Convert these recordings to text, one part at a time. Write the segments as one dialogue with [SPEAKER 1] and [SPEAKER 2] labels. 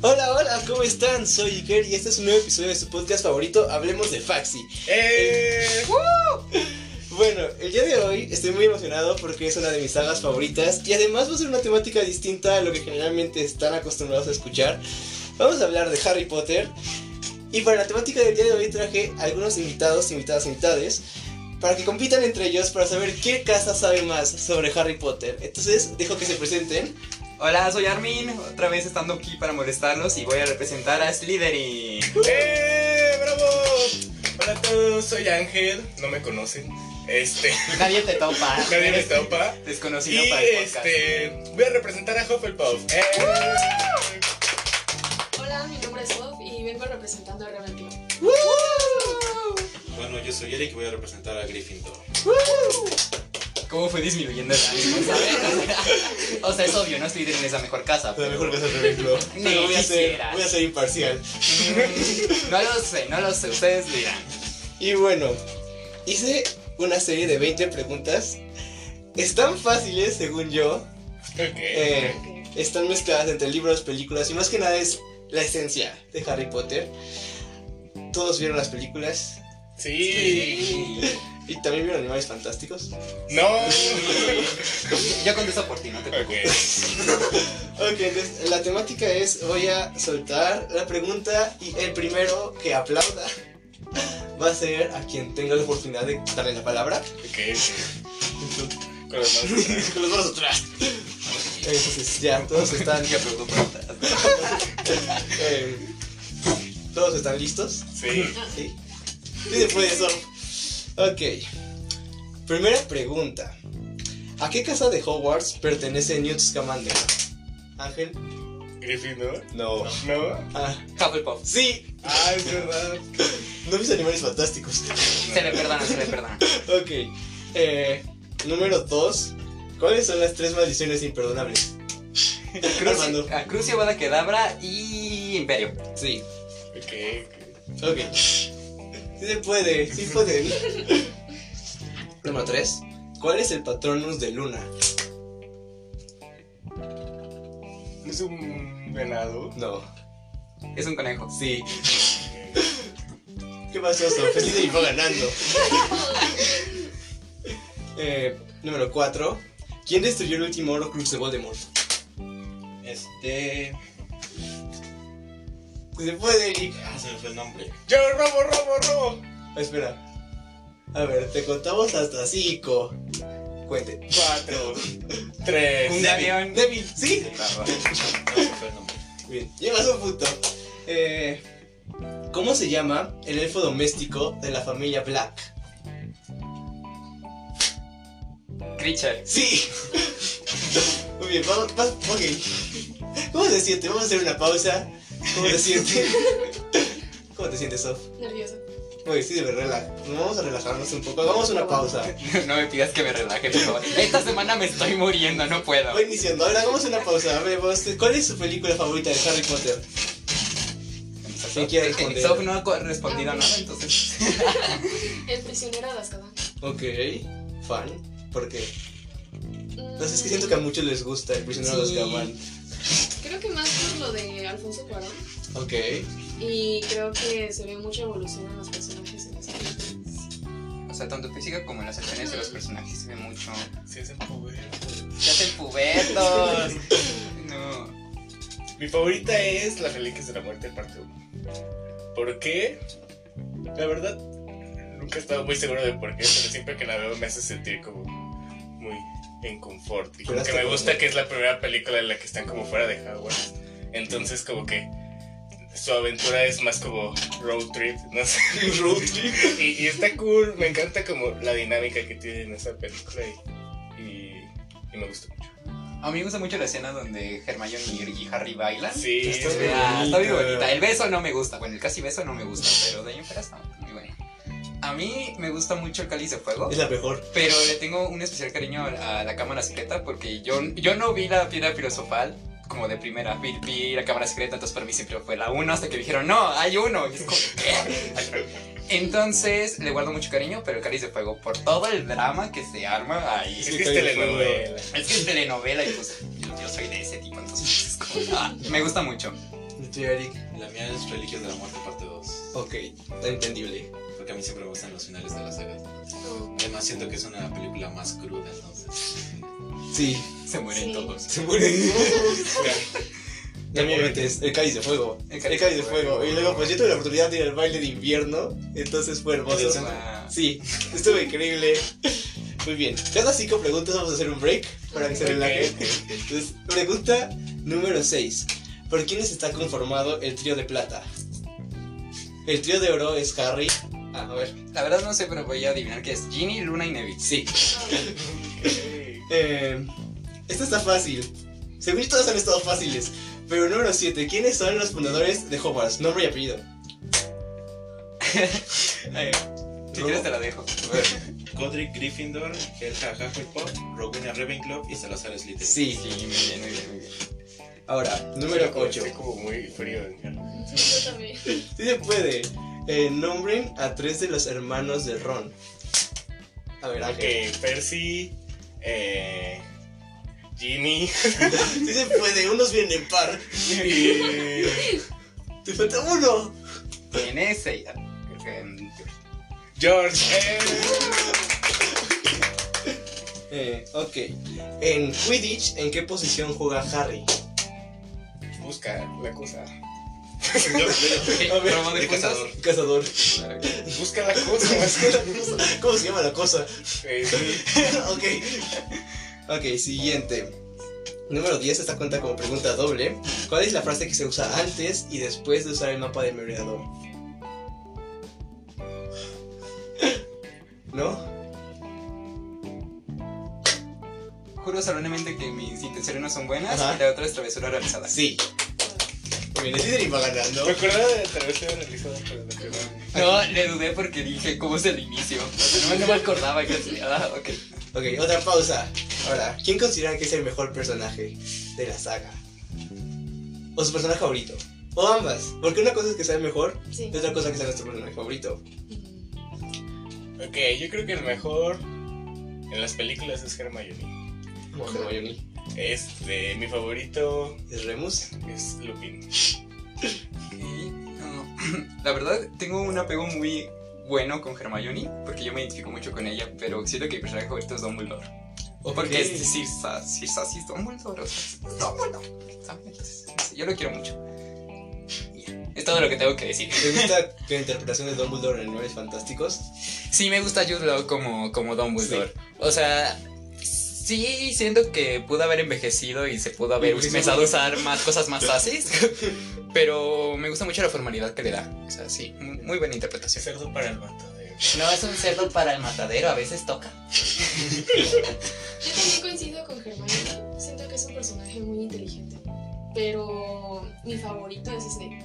[SPEAKER 1] Hola, hola, ¿cómo están? Soy Iker y este es un nuevo episodio de su podcast favorito, Hablemos de Faxi.
[SPEAKER 2] ¡Eh!
[SPEAKER 1] Bueno, el día de hoy estoy muy emocionado porque es una de mis sagas favoritas y además va a ser una temática distinta a lo que generalmente están acostumbrados a escuchar. Vamos a hablar de Harry Potter y para la temática del día de hoy traje algunos invitados, invitadas, invitades para que compitan entre ellos para saber qué casa sabe más sobre Harry Potter. Entonces, dejo que se presenten.
[SPEAKER 3] Hola, soy Armin, otra vez estando aquí para molestarlos y voy a representar a Slytherin.
[SPEAKER 2] ¡Eh! ¡Bravo! Hola a todos, soy Ángel. No me conocen. Este,
[SPEAKER 3] Nadie te topa.
[SPEAKER 2] nadie me topa.
[SPEAKER 3] Desconocido
[SPEAKER 2] Y
[SPEAKER 3] para el podcast.
[SPEAKER 2] este, voy a representar a Hufflepuff. ¡Eh!
[SPEAKER 4] Hola, mi nombre es Bob y vengo representando a Ravenclaw.
[SPEAKER 5] Bueno, yo soy Eric y voy a representar a Gryffindor.
[SPEAKER 3] ¿Cómo fue disminuyendo el ánimo, sabes? o sea, es obvio, no Slytherin es la mejor casa. pues.
[SPEAKER 1] La mejor
[SPEAKER 3] pero-
[SPEAKER 1] casa de Ravenclaw. Pero voy a ser,
[SPEAKER 3] quisieras.
[SPEAKER 1] voy a ser imparcial.
[SPEAKER 3] Mm, No lo sé, no lo sé, ustedes dirán.
[SPEAKER 1] Y bueno, hice una serie de 20 preguntas. Están fáciles, según yo.
[SPEAKER 2] Ok.
[SPEAKER 1] Eh, están mezcladas entre libros, películas y más que nada es la esencia de Harry Potter. Todos vieron las películas
[SPEAKER 2] Sí.
[SPEAKER 1] y también vieron animales fantásticos.
[SPEAKER 2] No.
[SPEAKER 3] Yo contesto por ti, no te preocupes.
[SPEAKER 2] Ok.
[SPEAKER 1] Ok, entonces la temática es: voy a soltar la pregunta y el primero que aplauda va a ser a quien tenga la oportunidad de darle la palabra.
[SPEAKER 2] Ok. Con las manos.
[SPEAKER 1] Con los brazos atrás. Entonces, ya, todos están.
[SPEAKER 3] Yo aplaudo por atrás.
[SPEAKER 1] Eh, ¿Todos están listos?
[SPEAKER 2] Sí.
[SPEAKER 1] Sí. Y después de eso. Ok. Primera pregunta. ¿A qué casa de Hogwarts pertenece Newt Scamander? Ángel.
[SPEAKER 2] Gryffindor.
[SPEAKER 1] No.
[SPEAKER 2] No.
[SPEAKER 1] Ah,
[SPEAKER 3] Hufflepuff.
[SPEAKER 1] sí.
[SPEAKER 2] Ah, es verdad.
[SPEAKER 1] No mis animales fantásticos.
[SPEAKER 3] Se le perdona, se le perdona.
[SPEAKER 1] ok. Eh, número 2. ¿Cuáles son las tres maldiciones imperdonables? Armando.
[SPEAKER 3] Crucio, a Crucio, Kedabra y Imperio.
[SPEAKER 1] Sí.
[SPEAKER 2] Ok.
[SPEAKER 1] Ok. Sí se puede, sí pueden. Número 3. ¿Cuál es el patronus de Luna?
[SPEAKER 2] Es un venado.
[SPEAKER 1] No.
[SPEAKER 3] Es un conejo.
[SPEAKER 1] Sí. ¿Qué pasó, Sof? Este se iba ganando. Eh, número 4. ¿Quién destruyó el último Horrocrux de Voldemort?
[SPEAKER 5] Este.
[SPEAKER 1] Se puede, Eric.
[SPEAKER 5] Ah, se me fue el nombre.
[SPEAKER 2] Yo robo, robo, robo.
[SPEAKER 1] Ah, Espera. A ver, te contamos hasta 5. Cuente.
[SPEAKER 2] Cuatro. Tres.
[SPEAKER 3] Un avión.
[SPEAKER 1] Neville, ¿sí?
[SPEAKER 5] No se me fue el nombre.
[SPEAKER 1] Bien, llevas un punto. Eh, ¿Cómo se llama el elfo doméstico de la familia Black?
[SPEAKER 3] Creature.
[SPEAKER 1] Sí. Muy bien, vamos, vamos, ok. ¿Cómo te sientes? Vamos a hacer una pausa. ¿Cómo te sientes? ¿Cómo te sientes, Sof?
[SPEAKER 4] Nerviosa.
[SPEAKER 1] Muy bien, sí, de verdad. Nos vamos a relajarnos un poco. Hagamos una pausa.
[SPEAKER 3] No me pidas que me relaje, por favor. Esta semana me estoy muriendo, no puedo.
[SPEAKER 1] Voy iniciando. Ahora hagamos una pausa. A ver, vos, ¿cuál es su película favorita de Harry Potter? ¿Quién quiere responder?
[SPEAKER 3] Sof no ha co- respondido nada, entonces.
[SPEAKER 4] El prisionero de Azkaban.
[SPEAKER 1] Ok, fan. ¿Por qué?
[SPEAKER 4] Mm,
[SPEAKER 1] No sé, es que siento que a muchos les gusta el prisionero
[SPEAKER 3] Sí.
[SPEAKER 1] de Azkaban.
[SPEAKER 4] Creo que más por lo de Alfonso Cuarón.
[SPEAKER 1] Ok.
[SPEAKER 4] Y creo que se ve mucha evolución en los personajes en las películas.
[SPEAKER 3] O sea, tanto física como en las acciones de los personajes se ve mucho.
[SPEAKER 2] Sí, es el poder.
[SPEAKER 3] Se hacen pubertos. No.
[SPEAKER 2] Mi favorita es Las Reliquias de la Muerte, parte 1. ¿Por qué? La verdad, nunca he estado muy seguro de por qué, pero siempre que la veo me hace sentir como muy en confort. Y como que me gusta que es la primera película en la que están como fuera de Hogwarts. Entonces, como que su aventura es más como road trip, no sé.
[SPEAKER 1] Road trip.
[SPEAKER 2] Y, y está cool, me encanta como la dinámica que tiene en esa película y, y, y me gusta mucho.
[SPEAKER 3] A mí me gusta mucho la escena donde Hermione y Harry bailan.
[SPEAKER 2] Sí,
[SPEAKER 1] Está
[SPEAKER 2] es-
[SPEAKER 1] bien.
[SPEAKER 3] Ah, está muy
[SPEAKER 1] bonita.
[SPEAKER 3] bonita. El beso no me gusta. Bueno, el casi beso no me gusta, pero de ahí en fuera está muy bueno. A mí me gusta mucho el cáliz de fuego.
[SPEAKER 1] Es la mejor.
[SPEAKER 3] Pero le tengo un especial cariño a a la cámara secreta porque yo, yo no vi la piedra filosofal como de primera. Vi, vi la cámara secreta, entonces para mí siempre fue la uno hasta que dijeron, no, hay uno. Y es como, "¿Qué?". Entonces le guardo mucho cariño, pero el cáliz de fuego, por todo el drama que se arma ahí.
[SPEAKER 2] es que es telenovela.
[SPEAKER 3] Es que es telenovela y pues yo soy de ese tipo, entonces es como, ah, me gusta mucho.
[SPEAKER 1] Sí, Eric.
[SPEAKER 5] La mía es Reliquias de la Muerte, parte 2.
[SPEAKER 1] Ok, entendible.
[SPEAKER 5] Porque a mí siempre me gustan los finales de las sagas. Además, siento que es una película más cruda, entonces. Pues,
[SPEAKER 1] Sí,
[SPEAKER 3] Se mueren
[SPEAKER 4] Sí.
[SPEAKER 3] todos.
[SPEAKER 1] se mueren.
[SPEAKER 2] Ya
[SPEAKER 1] No me
[SPEAKER 2] morí.
[SPEAKER 1] metes, el cáliz de fuego. El cáliz, de fuego. Y luego, pues yo tuve la oportunidad de ir al baile de invierno, entonces fue hermoso.
[SPEAKER 5] Entonces,
[SPEAKER 3] Ah,
[SPEAKER 1] Sí, estuvo increíble. Muy bien, cada cinco preguntas vamos a hacer un break para que se
[SPEAKER 4] Ok.
[SPEAKER 1] relaje. Entonces, pregunta número 6. ¿Por quiénes está conformado el trío de plata? El trío de oro es Harry. Ah, a ver.
[SPEAKER 3] La verdad no sé, pero voy a adivinar que es Ginny, Luna y Neville.
[SPEAKER 1] Sí.
[SPEAKER 4] Ah,
[SPEAKER 2] Ok.
[SPEAKER 1] Eh, esta está fácil. Según yo, todas han estado fáciles. Pero número 7. ¿Quiénes son los fundadores de Hogwarts? Nombre y apellido.
[SPEAKER 3] Eh, Si quieres te la dejo.
[SPEAKER 5] Godric Gryffindor, Helga Hufflepuff, Rowena Ravenclaw y Salazar Slytherin.
[SPEAKER 1] Sí.
[SPEAKER 3] Sí, muy bien, muy bien, muy bien.
[SPEAKER 1] Ahora, número 8.
[SPEAKER 2] Estoy este como muy frío. ¿no?
[SPEAKER 4] Sí, yo también.
[SPEAKER 1] Sí se puede. Eh, nombren a tres de los hermanos de Ron. A ver,
[SPEAKER 2] Ok,
[SPEAKER 1] Ángel.
[SPEAKER 2] Percy, eh, Ginny
[SPEAKER 1] Sí se puede, unos vienen en par.
[SPEAKER 2] y...
[SPEAKER 1] Te falta uno.
[SPEAKER 3] En ese. eh, em,
[SPEAKER 2] George. eh.
[SPEAKER 1] Eh, ok. En Quidditch, ¿en qué posición juega Harry?
[SPEAKER 2] Busca la cosa.
[SPEAKER 5] Yo- yo-
[SPEAKER 1] A ver,
[SPEAKER 3] ¿Promo de
[SPEAKER 5] de
[SPEAKER 3] puntas?
[SPEAKER 5] cazador.
[SPEAKER 1] Cazador.
[SPEAKER 3] Claro que-
[SPEAKER 2] Busca la cosa.
[SPEAKER 1] ¿Cómo se llama la cosa?
[SPEAKER 2] Eh, sí.
[SPEAKER 1] ok. Ok, siguiente. Número 10, esta cuenta como pregunta doble. ¿Cuál es la frase que se usa antes y después de usar el mapa de merodeador? ¿No?
[SPEAKER 3] Juro solemnemente que mis intenciones no son buenas
[SPEAKER 1] Ajá.
[SPEAKER 3] y la otra es travesura realizada.
[SPEAKER 1] Sí. Muy bien, el líder iba ganando.
[SPEAKER 2] Me acuerdo de la travesía realizada por el que
[SPEAKER 3] No, le dudé porque dije, ¿cómo es el inicio? O sea, no, no me acordaba que Ah, ok.
[SPEAKER 1] Ok, otra pausa. Ahora, ¿quién consideran que es el mejor personaje de la saga? ¿O su personaje favorito? O ambas. Porque una cosa es que sea el mejor
[SPEAKER 4] Sí. Mm.
[SPEAKER 1] y otra cosa que sea nuestro personaje favorito.
[SPEAKER 2] Ok, yo creo que el mejor en las películas es Hermione.
[SPEAKER 1] Como Hermione.
[SPEAKER 2] Este, mi favorito
[SPEAKER 1] ¿Es Remus?
[SPEAKER 2] es Lupin.
[SPEAKER 3] Y, no, La verdad, tengo un apego muy bueno con Hermione, porque yo me identifico mucho con ella, pero siento que mi personaje favorito es Dumbledore.
[SPEAKER 1] ¿O
[SPEAKER 3] Porque es Sirsa, Sirsa sí es Dumbledore, o sea, es Dumbledore. Ah, ¿sabes? Entonces, no sé, Yo lo quiero mucho. Y ya, Es todo lo que tengo que decir.
[SPEAKER 1] ¿Te gusta la interpretación de Dumbledore en Nueve Fantásticos?
[SPEAKER 3] Sí, me gusta Jude Law como, como Dumbledore. O sea, sí siento que pudo haber envejecido y se pudo haber
[SPEAKER 1] Envejeció
[SPEAKER 3] empezado a
[SPEAKER 1] mucho.
[SPEAKER 3] usar más cosas más fáciles, pero me gusta mucho la formalidad que le da. O sea, sí, mu- muy buena interpretación.
[SPEAKER 2] Cerdo para el vato. eh.
[SPEAKER 3] No es un cerdo para el matadero, a veces toca.
[SPEAKER 4] Yo también coincido con Hermione. Siento que es un personaje muy inteligente. Pero mi favorito es Snape.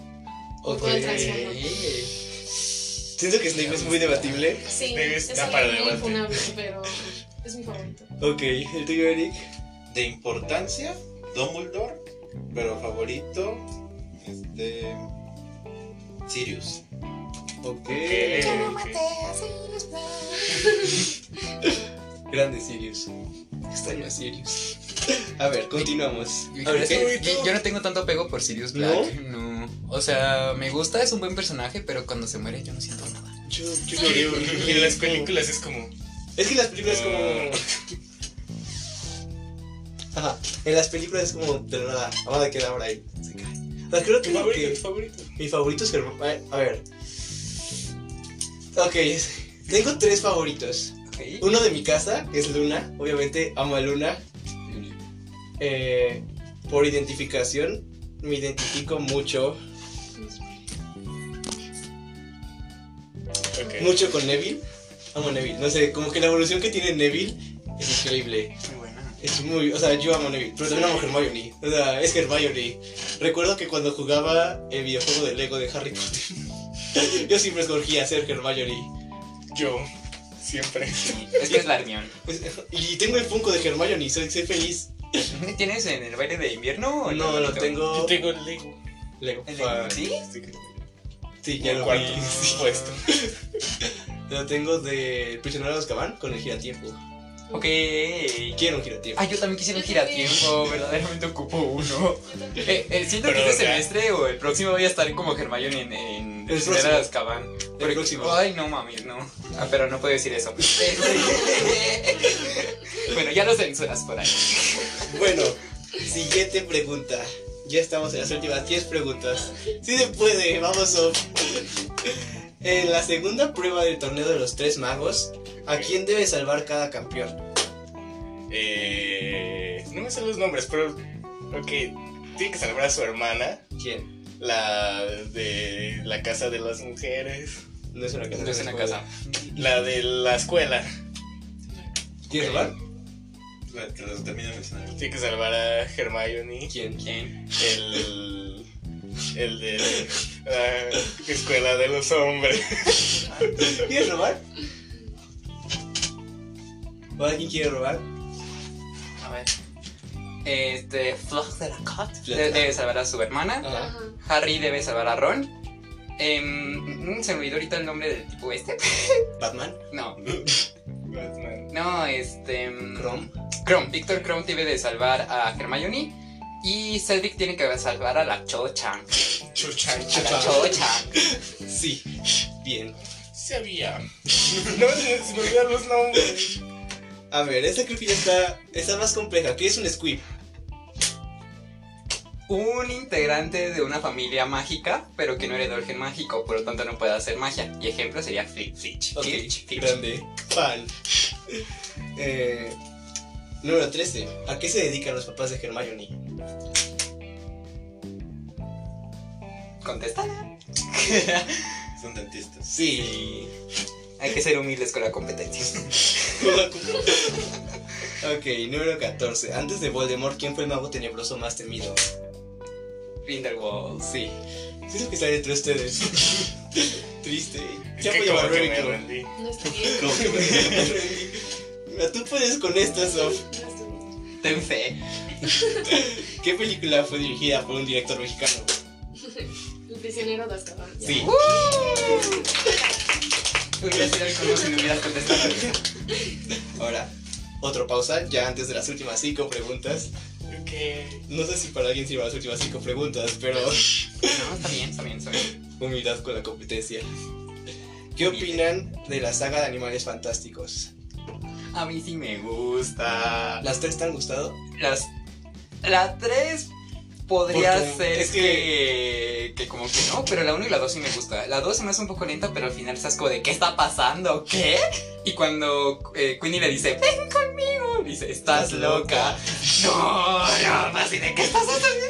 [SPEAKER 4] O
[SPEAKER 1] Ok.
[SPEAKER 4] todo el trasfondo.
[SPEAKER 1] Siento que Snape es muy debatible.
[SPEAKER 4] Sí,
[SPEAKER 2] Snape
[SPEAKER 4] es
[SPEAKER 2] está
[SPEAKER 4] alguien
[SPEAKER 2] para
[SPEAKER 4] muy
[SPEAKER 2] debate.
[SPEAKER 4] infunable, pero es mi favorito.
[SPEAKER 1] Ok, ¿el tuyo, Eric?
[SPEAKER 5] De importancia, Dumbledore, pero favorito, este. Sirius.
[SPEAKER 1] Ok.
[SPEAKER 2] Eh,
[SPEAKER 1] Grande Sirius. Extraño a Sirius. A ver, continuamos. A ver, eh, ¿qué?
[SPEAKER 3] Yo, yo no tengo tanto apego por Sirius Black. ¿No? O sea, me gusta, es un buen personaje, pero cuando se muere yo no siento nada.
[SPEAKER 1] Yo, yo
[SPEAKER 2] que- Y en las películas es como.
[SPEAKER 1] Es que en las películas es como. Ajá. En las películas es como de la nada. Amada queda ahora ahí. Se cae. O sea, creo que,
[SPEAKER 2] Tu
[SPEAKER 1] lo
[SPEAKER 2] favorito, tu
[SPEAKER 1] que
[SPEAKER 2] favorito.
[SPEAKER 1] mi favorito es Hermione. A ver. Ok. Tengo tres favoritos.
[SPEAKER 3] Ok.
[SPEAKER 1] Uno de mi casa, que es Luna. Obviamente amo a Luna. Eh, por identificación, me identifico mucho.
[SPEAKER 2] Ok.
[SPEAKER 1] Mucho con Neville. Amo a Neville. No sé, como que la evolución que tiene Neville es increíble.
[SPEAKER 3] Muy buena.
[SPEAKER 1] Es muy, o sea, yo amo a Neville, pero también amo a Hermione. O sea, es Hermione. Recuerdo que cuando jugaba el videojuego de Lego de Harry Potter, yo siempre escogía ser Hermione.
[SPEAKER 2] Yo, siempre.
[SPEAKER 3] Es que es la Hermione.
[SPEAKER 1] Pues, Y tengo el Funko de Hermione, soy, soy feliz.
[SPEAKER 3] ¿Tienes en el baile de invierno? o
[SPEAKER 1] No,
[SPEAKER 3] en el
[SPEAKER 1] lo
[SPEAKER 3] bonito?
[SPEAKER 1] tengo.
[SPEAKER 2] Yo tengo el Lego.
[SPEAKER 1] Lego.
[SPEAKER 3] ¿El
[SPEAKER 1] Ah,
[SPEAKER 3] de... ¿Sí?
[SPEAKER 2] Así que-
[SPEAKER 1] Sí, ya
[SPEAKER 2] Un
[SPEAKER 1] lo
[SPEAKER 2] cuarto
[SPEAKER 1] vi.
[SPEAKER 2] puesto.
[SPEAKER 1] Lo tengo de Prisionero de Azkaban con el giratiempo.
[SPEAKER 3] Ok.
[SPEAKER 1] Quiero un giratiempo.
[SPEAKER 3] Ah, yo también quisiera un giratiempo, verdaderamente ocupo uno.
[SPEAKER 4] Yo también.
[SPEAKER 3] Eh, eh, siento
[SPEAKER 2] Pero,
[SPEAKER 3] que este
[SPEAKER 2] o sea-
[SPEAKER 3] semestre o el próximo voy a estar como Hermione en, en
[SPEAKER 1] El próximo.
[SPEAKER 3] Prisionera de Azkaban. Porque-
[SPEAKER 1] próximo.
[SPEAKER 3] Ay, no mames, no. Ah, pero no puedo decir eso. bueno, ya lo censuras por ahí.
[SPEAKER 1] Bueno, siguiente pregunta. Ya estamos en las últimas 10 preguntas. Si se puede, vamos off. En la segunda prueba del torneo de los tres magos, ¿a quién debe salvar cada campeón?
[SPEAKER 2] Eh, no me sé los nombres, pero. Ok, tiene que salvar a su hermana,
[SPEAKER 1] ¿Quién?
[SPEAKER 2] la de la casa de las mujeres,
[SPEAKER 1] No es una casa.
[SPEAKER 3] Entonces en la
[SPEAKER 1] escuela.
[SPEAKER 3] casa.
[SPEAKER 2] la de la escuela.
[SPEAKER 1] ¿Quieres salvar?
[SPEAKER 5] Bueno, te lo termino de mencionar.
[SPEAKER 2] Tiene que salvar a Hermione,
[SPEAKER 1] ¿Quién?
[SPEAKER 3] ¿Quién?
[SPEAKER 2] el. el de la escuela de los hombres.
[SPEAKER 1] ¿Quieres robar? ¿O alguien quiere robar?
[SPEAKER 3] A ver. Este, Flock de la Cot
[SPEAKER 1] Flock de la-
[SPEAKER 3] debe salvar a su hermana.
[SPEAKER 1] Ajá.
[SPEAKER 4] Ajá.
[SPEAKER 3] Harry debe salvar a Ron. Em, mm, se me olvidó ahorita el nombre del tipo este.
[SPEAKER 1] ¿Batman?
[SPEAKER 3] No,
[SPEAKER 2] Batman.
[SPEAKER 3] no, este. mm,
[SPEAKER 1] ¿Chrome?
[SPEAKER 3] Chrome, Víctor Chrome debe de salvar a Hermione y Cedric tiene que salvar a la Cho-Chang.
[SPEAKER 2] Chuchan,
[SPEAKER 3] A la
[SPEAKER 2] chuchan.
[SPEAKER 3] Cho-Chang.
[SPEAKER 1] Sí. Bien.
[SPEAKER 2] Sabía. No, se se me olvidan los nombres.
[SPEAKER 1] A ver, esta creo que ya está, está más compleja. ¿Qué es un squib?
[SPEAKER 3] Un integrante de una familia mágica, pero que no heredó el gen mágico, por lo tanto no puede hacer magia. Y ejemplo sería Flitch. Flitch.
[SPEAKER 1] Ok,
[SPEAKER 3] Flitch. Flitch.
[SPEAKER 1] grande. Fan. Eh, número 13. ¿A qué se dedican los papás de Hermione?
[SPEAKER 3] Contestada.
[SPEAKER 5] Son dentistas.
[SPEAKER 1] Sí.
[SPEAKER 3] Hay que ser humildes con la competencia.
[SPEAKER 1] ok, número 14. Antes de Voldemort, ¿quién fue el mago tenebroso más temido?
[SPEAKER 3] Grindelwald.
[SPEAKER 1] Sí. Siento que está entre ustedes. Triste.
[SPEAKER 2] Es
[SPEAKER 1] Ya
[SPEAKER 2] que
[SPEAKER 1] voy a
[SPEAKER 2] como
[SPEAKER 1] llevar
[SPEAKER 2] que me
[SPEAKER 1] Ravenclaw.
[SPEAKER 2] rendí.
[SPEAKER 4] No está bien.
[SPEAKER 1] Como que me- Tú puedes con estas, Sof.
[SPEAKER 4] No está bien.
[SPEAKER 3] Ten fe.
[SPEAKER 1] ¿Qué película fue dirigida por un director mexicano?
[SPEAKER 4] El prisionero de Azkaban. ya.
[SPEAKER 1] Sí.
[SPEAKER 3] Uh. Hubiera sido el colmo si no hubieras contestado.
[SPEAKER 1] Ahora, otro pausa, ya antes de las últimas cinco preguntas.
[SPEAKER 2] Ok.
[SPEAKER 1] No sé si para alguien sirvan las últimas cinco preguntas, pero
[SPEAKER 3] No, está bien, está bien, está bien.
[SPEAKER 1] humildad con la competencia. ¿Qué opinan de la saga de animales fantásticos?
[SPEAKER 3] A mí sí me
[SPEAKER 2] Ah,
[SPEAKER 3] gusta.
[SPEAKER 1] ¿Las tres te han gustado?
[SPEAKER 3] las la 3 podría
[SPEAKER 1] Porque
[SPEAKER 3] ser
[SPEAKER 1] es
[SPEAKER 3] que, que como que no, pero la 1 y la 2 sí me gusta. La 2 se me hace un poco lenta, pero al final estás como de ¿qué está pasando? ¿Qué? Y cuando eh, Queenie le dice, "Ven conmigo", dice, "Estás
[SPEAKER 1] Estás
[SPEAKER 3] loca." No, no, así de ¿qué estás haciendo?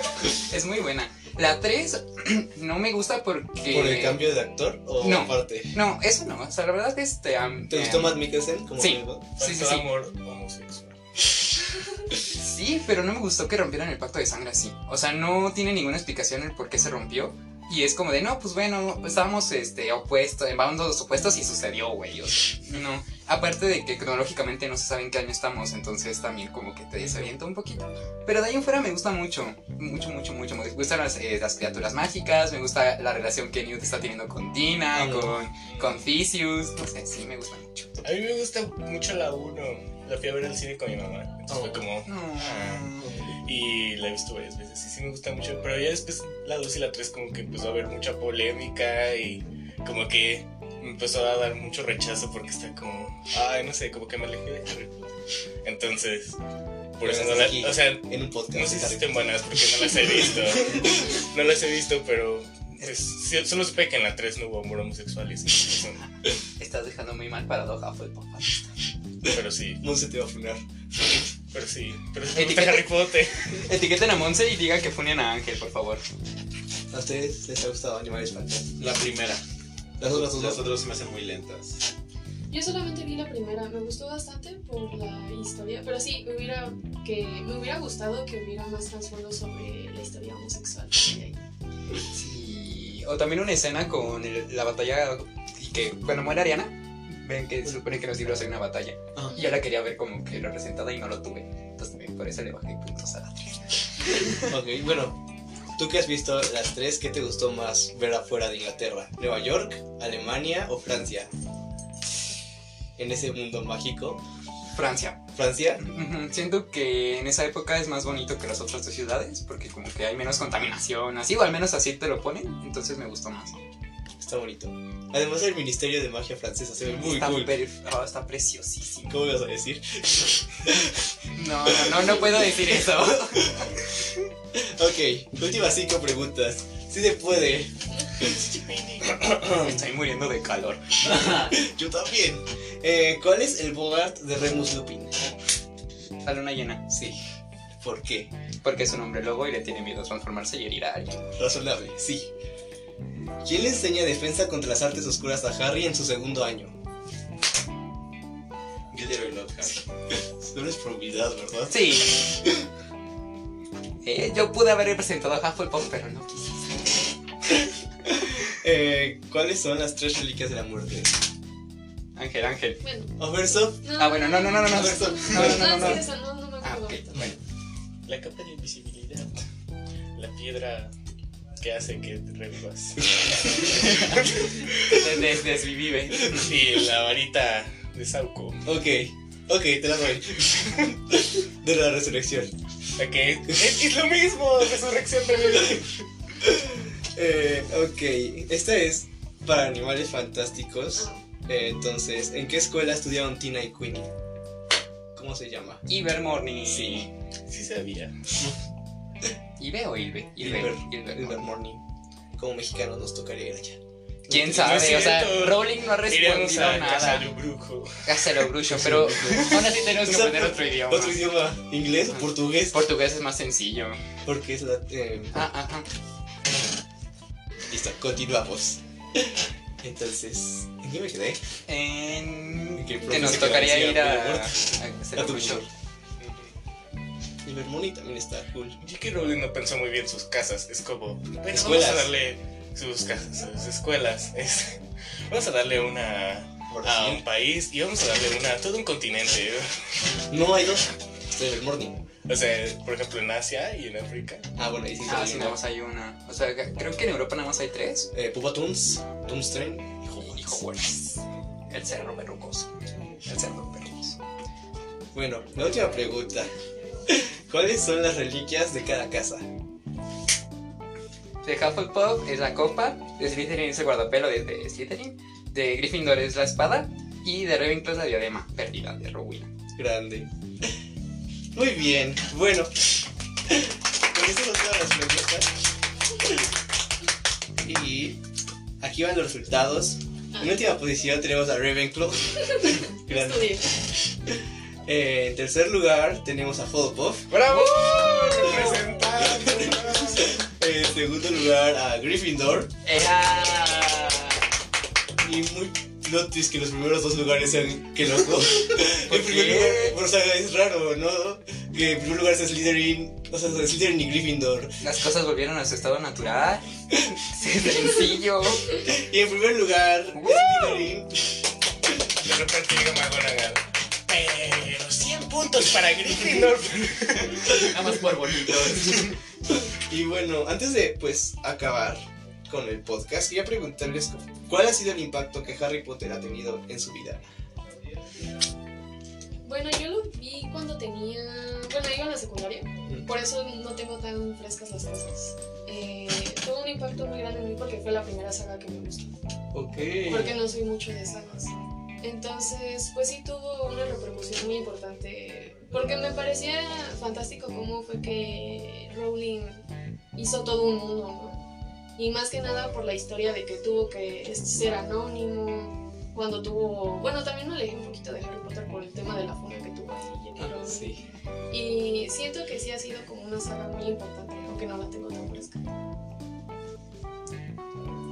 [SPEAKER 3] Es muy buena. La 3 no me gusta porque
[SPEAKER 1] ¿Por el cambio de actor o
[SPEAKER 3] Eh, No.
[SPEAKER 1] aparte?
[SPEAKER 3] No, eso no, o sea, la verdad este am-
[SPEAKER 1] ¿Te gustó
[SPEAKER 3] am-
[SPEAKER 1] Matt Mikkelsen como
[SPEAKER 3] sí.
[SPEAKER 1] Bilbo?
[SPEAKER 3] Sí, sí,
[SPEAKER 2] Faltó
[SPEAKER 3] sí.
[SPEAKER 2] amor homosexual.
[SPEAKER 3] Sí, pero no me gustó que rompieran el pacto de sangre así. O sea, no tiene ninguna explicación el por qué se rompió. Y es como de, no, pues bueno, estábamos este, opuestos, en bandos opuestos y sucedió, güey. o sea, no. Aparte de que cronológicamente no se sabe en qué año estamos, entonces también como que te desorienta un poquito. Pero de ahí en fuera me gusta mucho, mucho, mucho, mucho. Me gustan las, eh, las criaturas mágicas, me gusta la relación que Newt está teniendo con Tina,
[SPEAKER 1] Ah,
[SPEAKER 3] con, con Theseus. No sé, sí, me gusta mucho.
[SPEAKER 2] A mí me gusta mucho la 1. La fui a ver al cine con mi mamá. Entonces fue como.
[SPEAKER 3] No.
[SPEAKER 2] Y la he visto varias veces. Y sí me gusta mucho. Pero ya después la 2 y la 3 como que empezó a haber mucha polémica. Y como que me empezó a dar mucho rechazo porque está como. Ay, no sé, como que me alejé de Harry Potter. Entonces. Por
[SPEAKER 1] Pero
[SPEAKER 2] eso no
[SPEAKER 1] estás
[SPEAKER 2] la.
[SPEAKER 1] aquí.
[SPEAKER 2] O sea,
[SPEAKER 1] En un podcast.
[SPEAKER 2] no sé si
[SPEAKER 1] Harry
[SPEAKER 2] estén
[SPEAKER 1] Potter.
[SPEAKER 2] buenas porque no las he visto. No las he visto, pero. pues, sí, solo supe que en la 3 no hubo amor homosexual. Y sí, eso no.
[SPEAKER 3] Estás dejando muy mal para Hufflepuff.
[SPEAKER 2] pero sí.
[SPEAKER 1] No se te va a funar.
[SPEAKER 2] Pero sí, pero
[SPEAKER 3] me
[SPEAKER 2] sí
[SPEAKER 3] gusta Etiqueta. Harry
[SPEAKER 2] Harry Potter.
[SPEAKER 3] Etiqueten a Monse y digan que funen a Ángel, por favor.
[SPEAKER 1] ¿A ustedes les ha gustado Animales Fantásticos?
[SPEAKER 5] La primera.
[SPEAKER 1] Las otras dos.
[SPEAKER 5] Las otras se me hacen muy lentas.
[SPEAKER 4] Yo solamente vi la primera, me gustó bastante por la historia, pero sí, me hubiera, que, me hubiera gustado que hubiera más trasfondo sobre la historia homosexual. que hay.
[SPEAKER 3] Sí. O también una escena con el- la batalla y que cuando muere Ariana, ven que se supone que en los libros hay una batalla.
[SPEAKER 1] Ah.
[SPEAKER 3] Y yo la quería ver como que representada y no lo tuve. Entonces también por eso le bajé puntos a la tres.
[SPEAKER 1] Ok, bueno, tú que has visto las tres, ¿qué te gustó más ver afuera de Inglaterra? ¿Nueva York, Alemania o Francia? En ese mundo mágico.
[SPEAKER 3] Francia.
[SPEAKER 1] Francia.
[SPEAKER 3] Ujú, Siento que en esa época es más bonito que las otras dos ciudades porque como que hay menos contaminación, así o al menos así te lo ponen, entonces me gustó más.
[SPEAKER 1] Está bonito. Además, el Ministerio de Magia Francesa se ve muy
[SPEAKER 3] está,
[SPEAKER 1] cool.
[SPEAKER 3] perf- oh, está preciosísimo.
[SPEAKER 1] ¿Cómo ibas a decir?
[SPEAKER 3] No, no, no, no puedo decir eso.
[SPEAKER 1] Ok, últimas cinco preguntas. Si se puede.
[SPEAKER 3] Me estoy muriendo de calor.
[SPEAKER 1] Yo también. Eh, ¿Cuál es el Bogart de Remus Lupin?
[SPEAKER 3] La luna llena,
[SPEAKER 1] Sí. ¿Por qué?
[SPEAKER 3] porque es un hombre lobo y le tiene miedo a transformarse y herir a alguien.
[SPEAKER 1] Razonable, sí. ¿Quién le enseña defensa contra las artes oscuras a Harry en su segundo año?
[SPEAKER 5] Gilderoy Lockhart.
[SPEAKER 1] No es probabilidad, ¿verdad?
[SPEAKER 3] Sí. Eh, yo pude haber representado a Hufflepuff, pero no quise.
[SPEAKER 1] Eh, ¿Cuáles son las tres reliquias de la muerte?
[SPEAKER 3] Ángel, Ángel.
[SPEAKER 4] Bueno,
[SPEAKER 1] Oversoft,
[SPEAKER 4] no.
[SPEAKER 3] Ah, bueno, no, no, no, no, no.
[SPEAKER 1] Oversoft.
[SPEAKER 3] No, no, no, no,
[SPEAKER 4] es
[SPEAKER 3] no.
[SPEAKER 4] que esa no, no me
[SPEAKER 3] Ah,
[SPEAKER 4] acuerdo.
[SPEAKER 3] ok, bueno.
[SPEAKER 2] La capa de invisibilidad. La piedra que hace que te revivas.
[SPEAKER 3] Des- des- Desvive.
[SPEAKER 2] y la varita de Sauco.
[SPEAKER 1] Ok, ok, te la doy. De la resurrección.
[SPEAKER 2] La que es, es lo mismo, resurrección revivir.
[SPEAKER 1] Eh, ok, esta es para animales fantásticos.
[SPEAKER 4] Ah,
[SPEAKER 1] Eh, entonces, ¿en qué escuela estudiaron Tina y Queenie? ¿Cómo se llama?
[SPEAKER 3] Ivermorny.
[SPEAKER 1] Sí.
[SPEAKER 2] Sí sabía.
[SPEAKER 3] ¿Ibe o Ilve?
[SPEAKER 1] Ilver.
[SPEAKER 3] Ilver.
[SPEAKER 1] River
[SPEAKER 3] Ilvermorny.
[SPEAKER 1] Morning. Como mexicanos nos tocaría ir allá.
[SPEAKER 3] ¿Quién
[SPEAKER 2] No
[SPEAKER 3] sabe?
[SPEAKER 2] es
[SPEAKER 3] o sea,
[SPEAKER 2] cierto.
[SPEAKER 3] Rowling no ha
[SPEAKER 2] Iremos
[SPEAKER 3] respondido
[SPEAKER 2] a
[SPEAKER 3] nada.
[SPEAKER 2] Casalubruco.
[SPEAKER 3] Cásalo, brujo, pero aún así tenemos que
[SPEAKER 1] O sea,
[SPEAKER 3] aprender otro idioma.
[SPEAKER 1] ¿Otro idioma? ¿Inglés o portugués?
[SPEAKER 3] Portugués es más sencillo.
[SPEAKER 1] Porque es la... eh,
[SPEAKER 3] Ah, ah, ah.
[SPEAKER 1] listo, continuamos. Entonces, ¿en qué me quedé?
[SPEAKER 3] En...
[SPEAKER 1] Que el
[SPEAKER 3] Que nos
[SPEAKER 1] profe se
[SPEAKER 3] tocaría
[SPEAKER 1] queda
[SPEAKER 3] ir a...
[SPEAKER 1] así,
[SPEAKER 3] a-
[SPEAKER 1] A tu
[SPEAKER 3] Brujo.
[SPEAKER 1] visor. River Morning también está cool.
[SPEAKER 2] J.K. Rowling no pensó muy bien sus casas. Es como, bueno, vamos
[SPEAKER 1] Escuelas.
[SPEAKER 2] a darle sus casas, sus escuelas. Es- vamos a darle una a
[SPEAKER 1] Ah,
[SPEAKER 2] un país y vamos a darle una a todo un continente.
[SPEAKER 1] No, hay dos. River Morning.
[SPEAKER 2] O sea, por ejemplo, en Asia y en África.
[SPEAKER 1] Ah, bueno, ahí sí.
[SPEAKER 3] Ah,
[SPEAKER 1] hay
[SPEAKER 3] sí,
[SPEAKER 1] una.
[SPEAKER 3] nada más hay una. O sea, creo que en Europa nada más hay tres.
[SPEAKER 1] Eh, Pupa Toons, Toons Train y Hogwarts.
[SPEAKER 3] Y Hogwarts. El cerro verrugoso. El cerro verrugoso.
[SPEAKER 1] Bueno, la última pregunta. ¿Cuáles son las reliquias de cada casa?
[SPEAKER 3] De Hufflepuff es la copa. De Slytherin es el guardapelo de, de Slytherin. De Gryffindor es la espada. Y de Ravenclaw es la diadema perdida de Rowena.
[SPEAKER 1] Grande. Muy bien, bueno. Con eso son todas las preguntas. Y aquí van los resultados. En última posición tenemos a Ravenclaw. Grande.
[SPEAKER 4] Estudié.
[SPEAKER 1] Eh, en tercer lugar tenemos a Hufflepuff.
[SPEAKER 2] ¡Bravo! ¡Representante!
[SPEAKER 1] En segundo lugar a Gryffindor.
[SPEAKER 3] ¡Ea!
[SPEAKER 1] Y muy plot twist que los primeros dos lugares sean que loco.
[SPEAKER 3] ¿Por
[SPEAKER 1] en primer
[SPEAKER 3] qué?
[SPEAKER 1] lugar, o sea, es raro, ¿no? Que en primer lugar sea Slytherin, o sea, Slytherin y Gryffindor.
[SPEAKER 3] Las cosas volvieron a su estado natural. Sencillo.
[SPEAKER 1] Y en primer lugar,
[SPEAKER 3] ¡Woo!
[SPEAKER 1] Slytherin.
[SPEAKER 2] De repente llega McGonagall. Pero 100 puntos para Gryffindor.
[SPEAKER 3] Nada más por bonitos.
[SPEAKER 1] Y bueno, antes de pues acabar con el podcast, quería preguntarles cuál ha sido el impacto que Harry Potter ha tenido en su vida.
[SPEAKER 4] Bueno, yo lo vi cuando tenía. Bueno, iba a la secundaria,
[SPEAKER 3] Mm.
[SPEAKER 4] por eso no tengo tan frescas las cosas. Eh, tuvo un impacto muy grande en mí porque fue la primera saga que me gustó.
[SPEAKER 1] Ok.
[SPEAKER 4] Porque no soy mucho de sagas. Entonces, pues sí tuvo una repercusión muy importante. Porque me parecía fantástico cómo fue que Rowling hizo todo un mundo, ¿no? Y más que nada por la historia de que tuvo que ser anónimo. Cuando tuvo. Bueno, también me alejé un poquito de Harry Potter por el tema de la funa que tuvo ahí. J.K. Rowling.
[SPEAKER 1] sí.
[SPEAKER 4] Y siento que sí ha sido como una saga muy importante, aunque no la tengo tan fresca.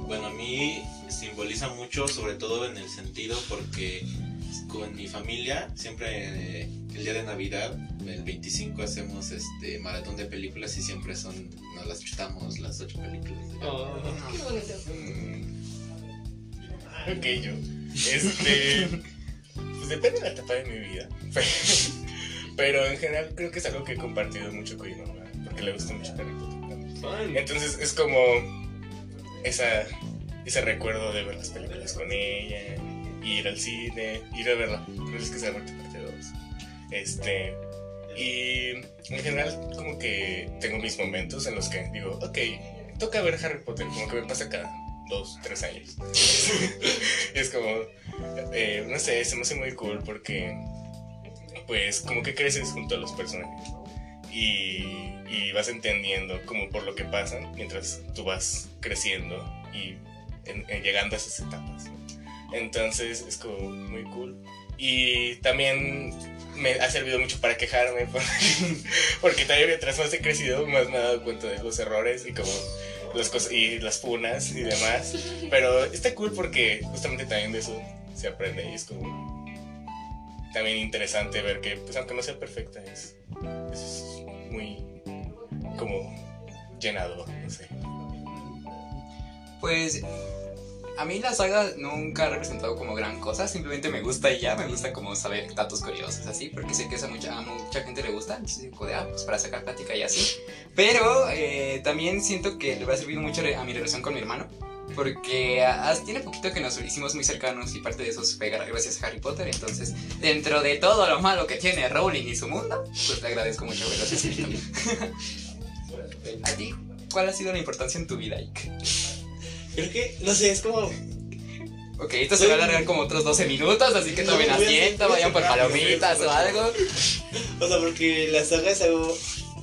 [SPEAKER 5] Bueno, a mí simboliza mucho, sobre todo en el sentido porque con mi familia siempre eh, el día de Navidad, el 25 hacemos este maratón de películas y siempre son nos las chutamos las ocho películas.
[SPEAKER 1] Oh,
[SPEAKER 4] Qué bonito.
[SPEAKER 2] Ok, yo. Este. Pues depende de la etapa de mi vida. Pero en general creo que es algo que he compartido mucho con mi mamá. Porque le gusta mucho Harry Potter. también. Entonces es como. Esa, ese recuerdo de ver las películas con ella. Ir al cine. Ir a ver la. Creo que es la parte 2. Este. Y en general, como que tengo mis momentos en los que digo, ok, toca ver Harry Potter, como que me pasa cada dos, tres años. y es como, eh, no sé, se me hace muy cool porque, pues, como que creces junto a los personajes. Y, y vas entendiendo como por lo que pasan mientras tú vas creciendo y en- en llegando a esas etapas. Entonces es como muy cool. Y también me ha servido mucho para quejarme, por- porque también mientras más he crecido, más me he dado cuenta de los errores y como las cosas y las punas y demás. Pero está cool porque justamente también de eso se aprende y es como también interesante ver que, pues aunque no sea perfecta, es, es muy como llenador, no sé.
[SPEAKER 3] Pues a mí la saga nunca ha representado como gran cosa, simplemente me gusta y ya, me gusta como saber datos curiosos así, porque sé que eso a mucha, a mucha gente le gusta, entonces digo, de, ah, pues para sacar plática y así. Pero eh, también siento que le ha servido mucho re- a mi relación con mi hermano, porque ah, tiene poquito que nos hicimos muy cercanos y parte de eso fue gra- gracias a Harry Potter, entonces dentro de todo lo malo que tiene Rowling y su mundo, pues le agradezco mucho haberlo escrito. ¿A ti cuál ha sido la importancia en tu vida, Ike?
[SPEAKER 1] Creo que, no sé, es como.
[SPEAKER 3] Ok, esto se va a alargar como otros 12 minutos, así que tomen
[SPEAKER 1] No, voy a- voy
[SPEAKER 3] asiento,
[SPEAKER 1] a
[SPEAKER 3] vayan por
[SPEAKER 1] cerrar,
[SPEAKER 3] palomitas
[SPEAKER 1] voy a
[SPEAKER 3] o
[SPEAKER 1] cerrar.
[SPEAKER 3] algo.
[SPEAKER 1] O sea, porque la saga es algo.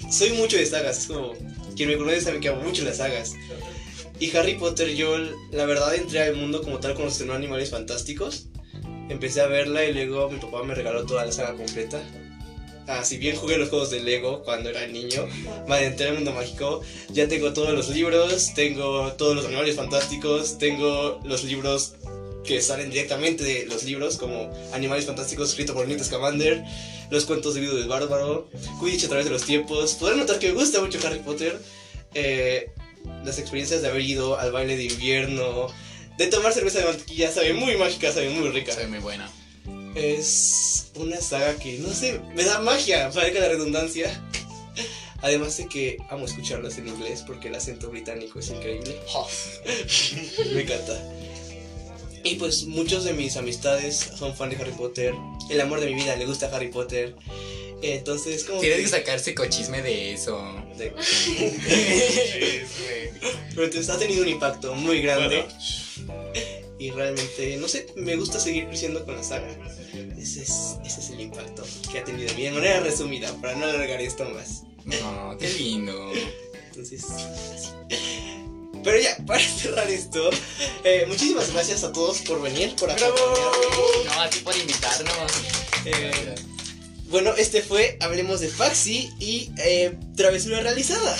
[SPEAKER 1] Soy mucho de sagas, es como. Quien me conoce sabe que hago mucho las sagas. Y Harry Potter, yo la verdad entré al mundo como tal con los estrenó Animales Fantásticos. Empecé a verla y luego mi papá me regaló toda la saga completa. Ah, si bien jugué los juegos de Lego cuando era niño, me adentré al mundo mágico. Ya tengo todos los libros, tengo todos los animales fantásticos, tengo los libros que salen directamente de los libros, como Animales Fantásticos escrito por Nita Scamander, los cuentos de Viudo del Bárbaro, Quidditch a través de los tiempos. Podrán notar que me gusta mucho Harry Potter. eh, las experiencias de haber ido al baile de invierno, de tomar cerveza de mantequilla, sabe muy mágica, sabe muy rica.
[SPEAKER 3] Soy muy buena.
[SPEAKER 1] Es una saga que, no sé, me da magia, que la redundancia. Además de que amo escucharlas en inglés porque el acento británico es increíble. me encanta. Y pues muchos de mis amistades son fan de Harry Potter. El amor de mi vida le gusta Harry Potter. Entonces, como...
[SPEAKER 3] Tienes que
[SPEAKER 1] que-
[SPEAKER 3] sacar psicochisme de eso.
[SPEAKER 1] de-
[SPEAKER 2] Es, eh,
[SPEAKER 1] Pero te ha tenido un impacto muy grande.
[SPEAKER 2] bueno,
[SPEAKER 1] Y realmente, no sé, me gusta seguir creciendo con la saga. Ese es, ese es el impacto que ha tenido en mí, de manera resumida, para no alargar esto más.
[SPEAKER 3] No, qué lindo.
[SPEAKER 1] Entonces, así. Pero ya, para cerrar esto, eh, muchísimas gracias a todos por venir, por acompañarme.
[SPEAKER 3] No, a ti por invitarnos.
[SPEAKER 1] Eh, bueno, este fue Hablemos de Faxi y eh, Travesura Realizada.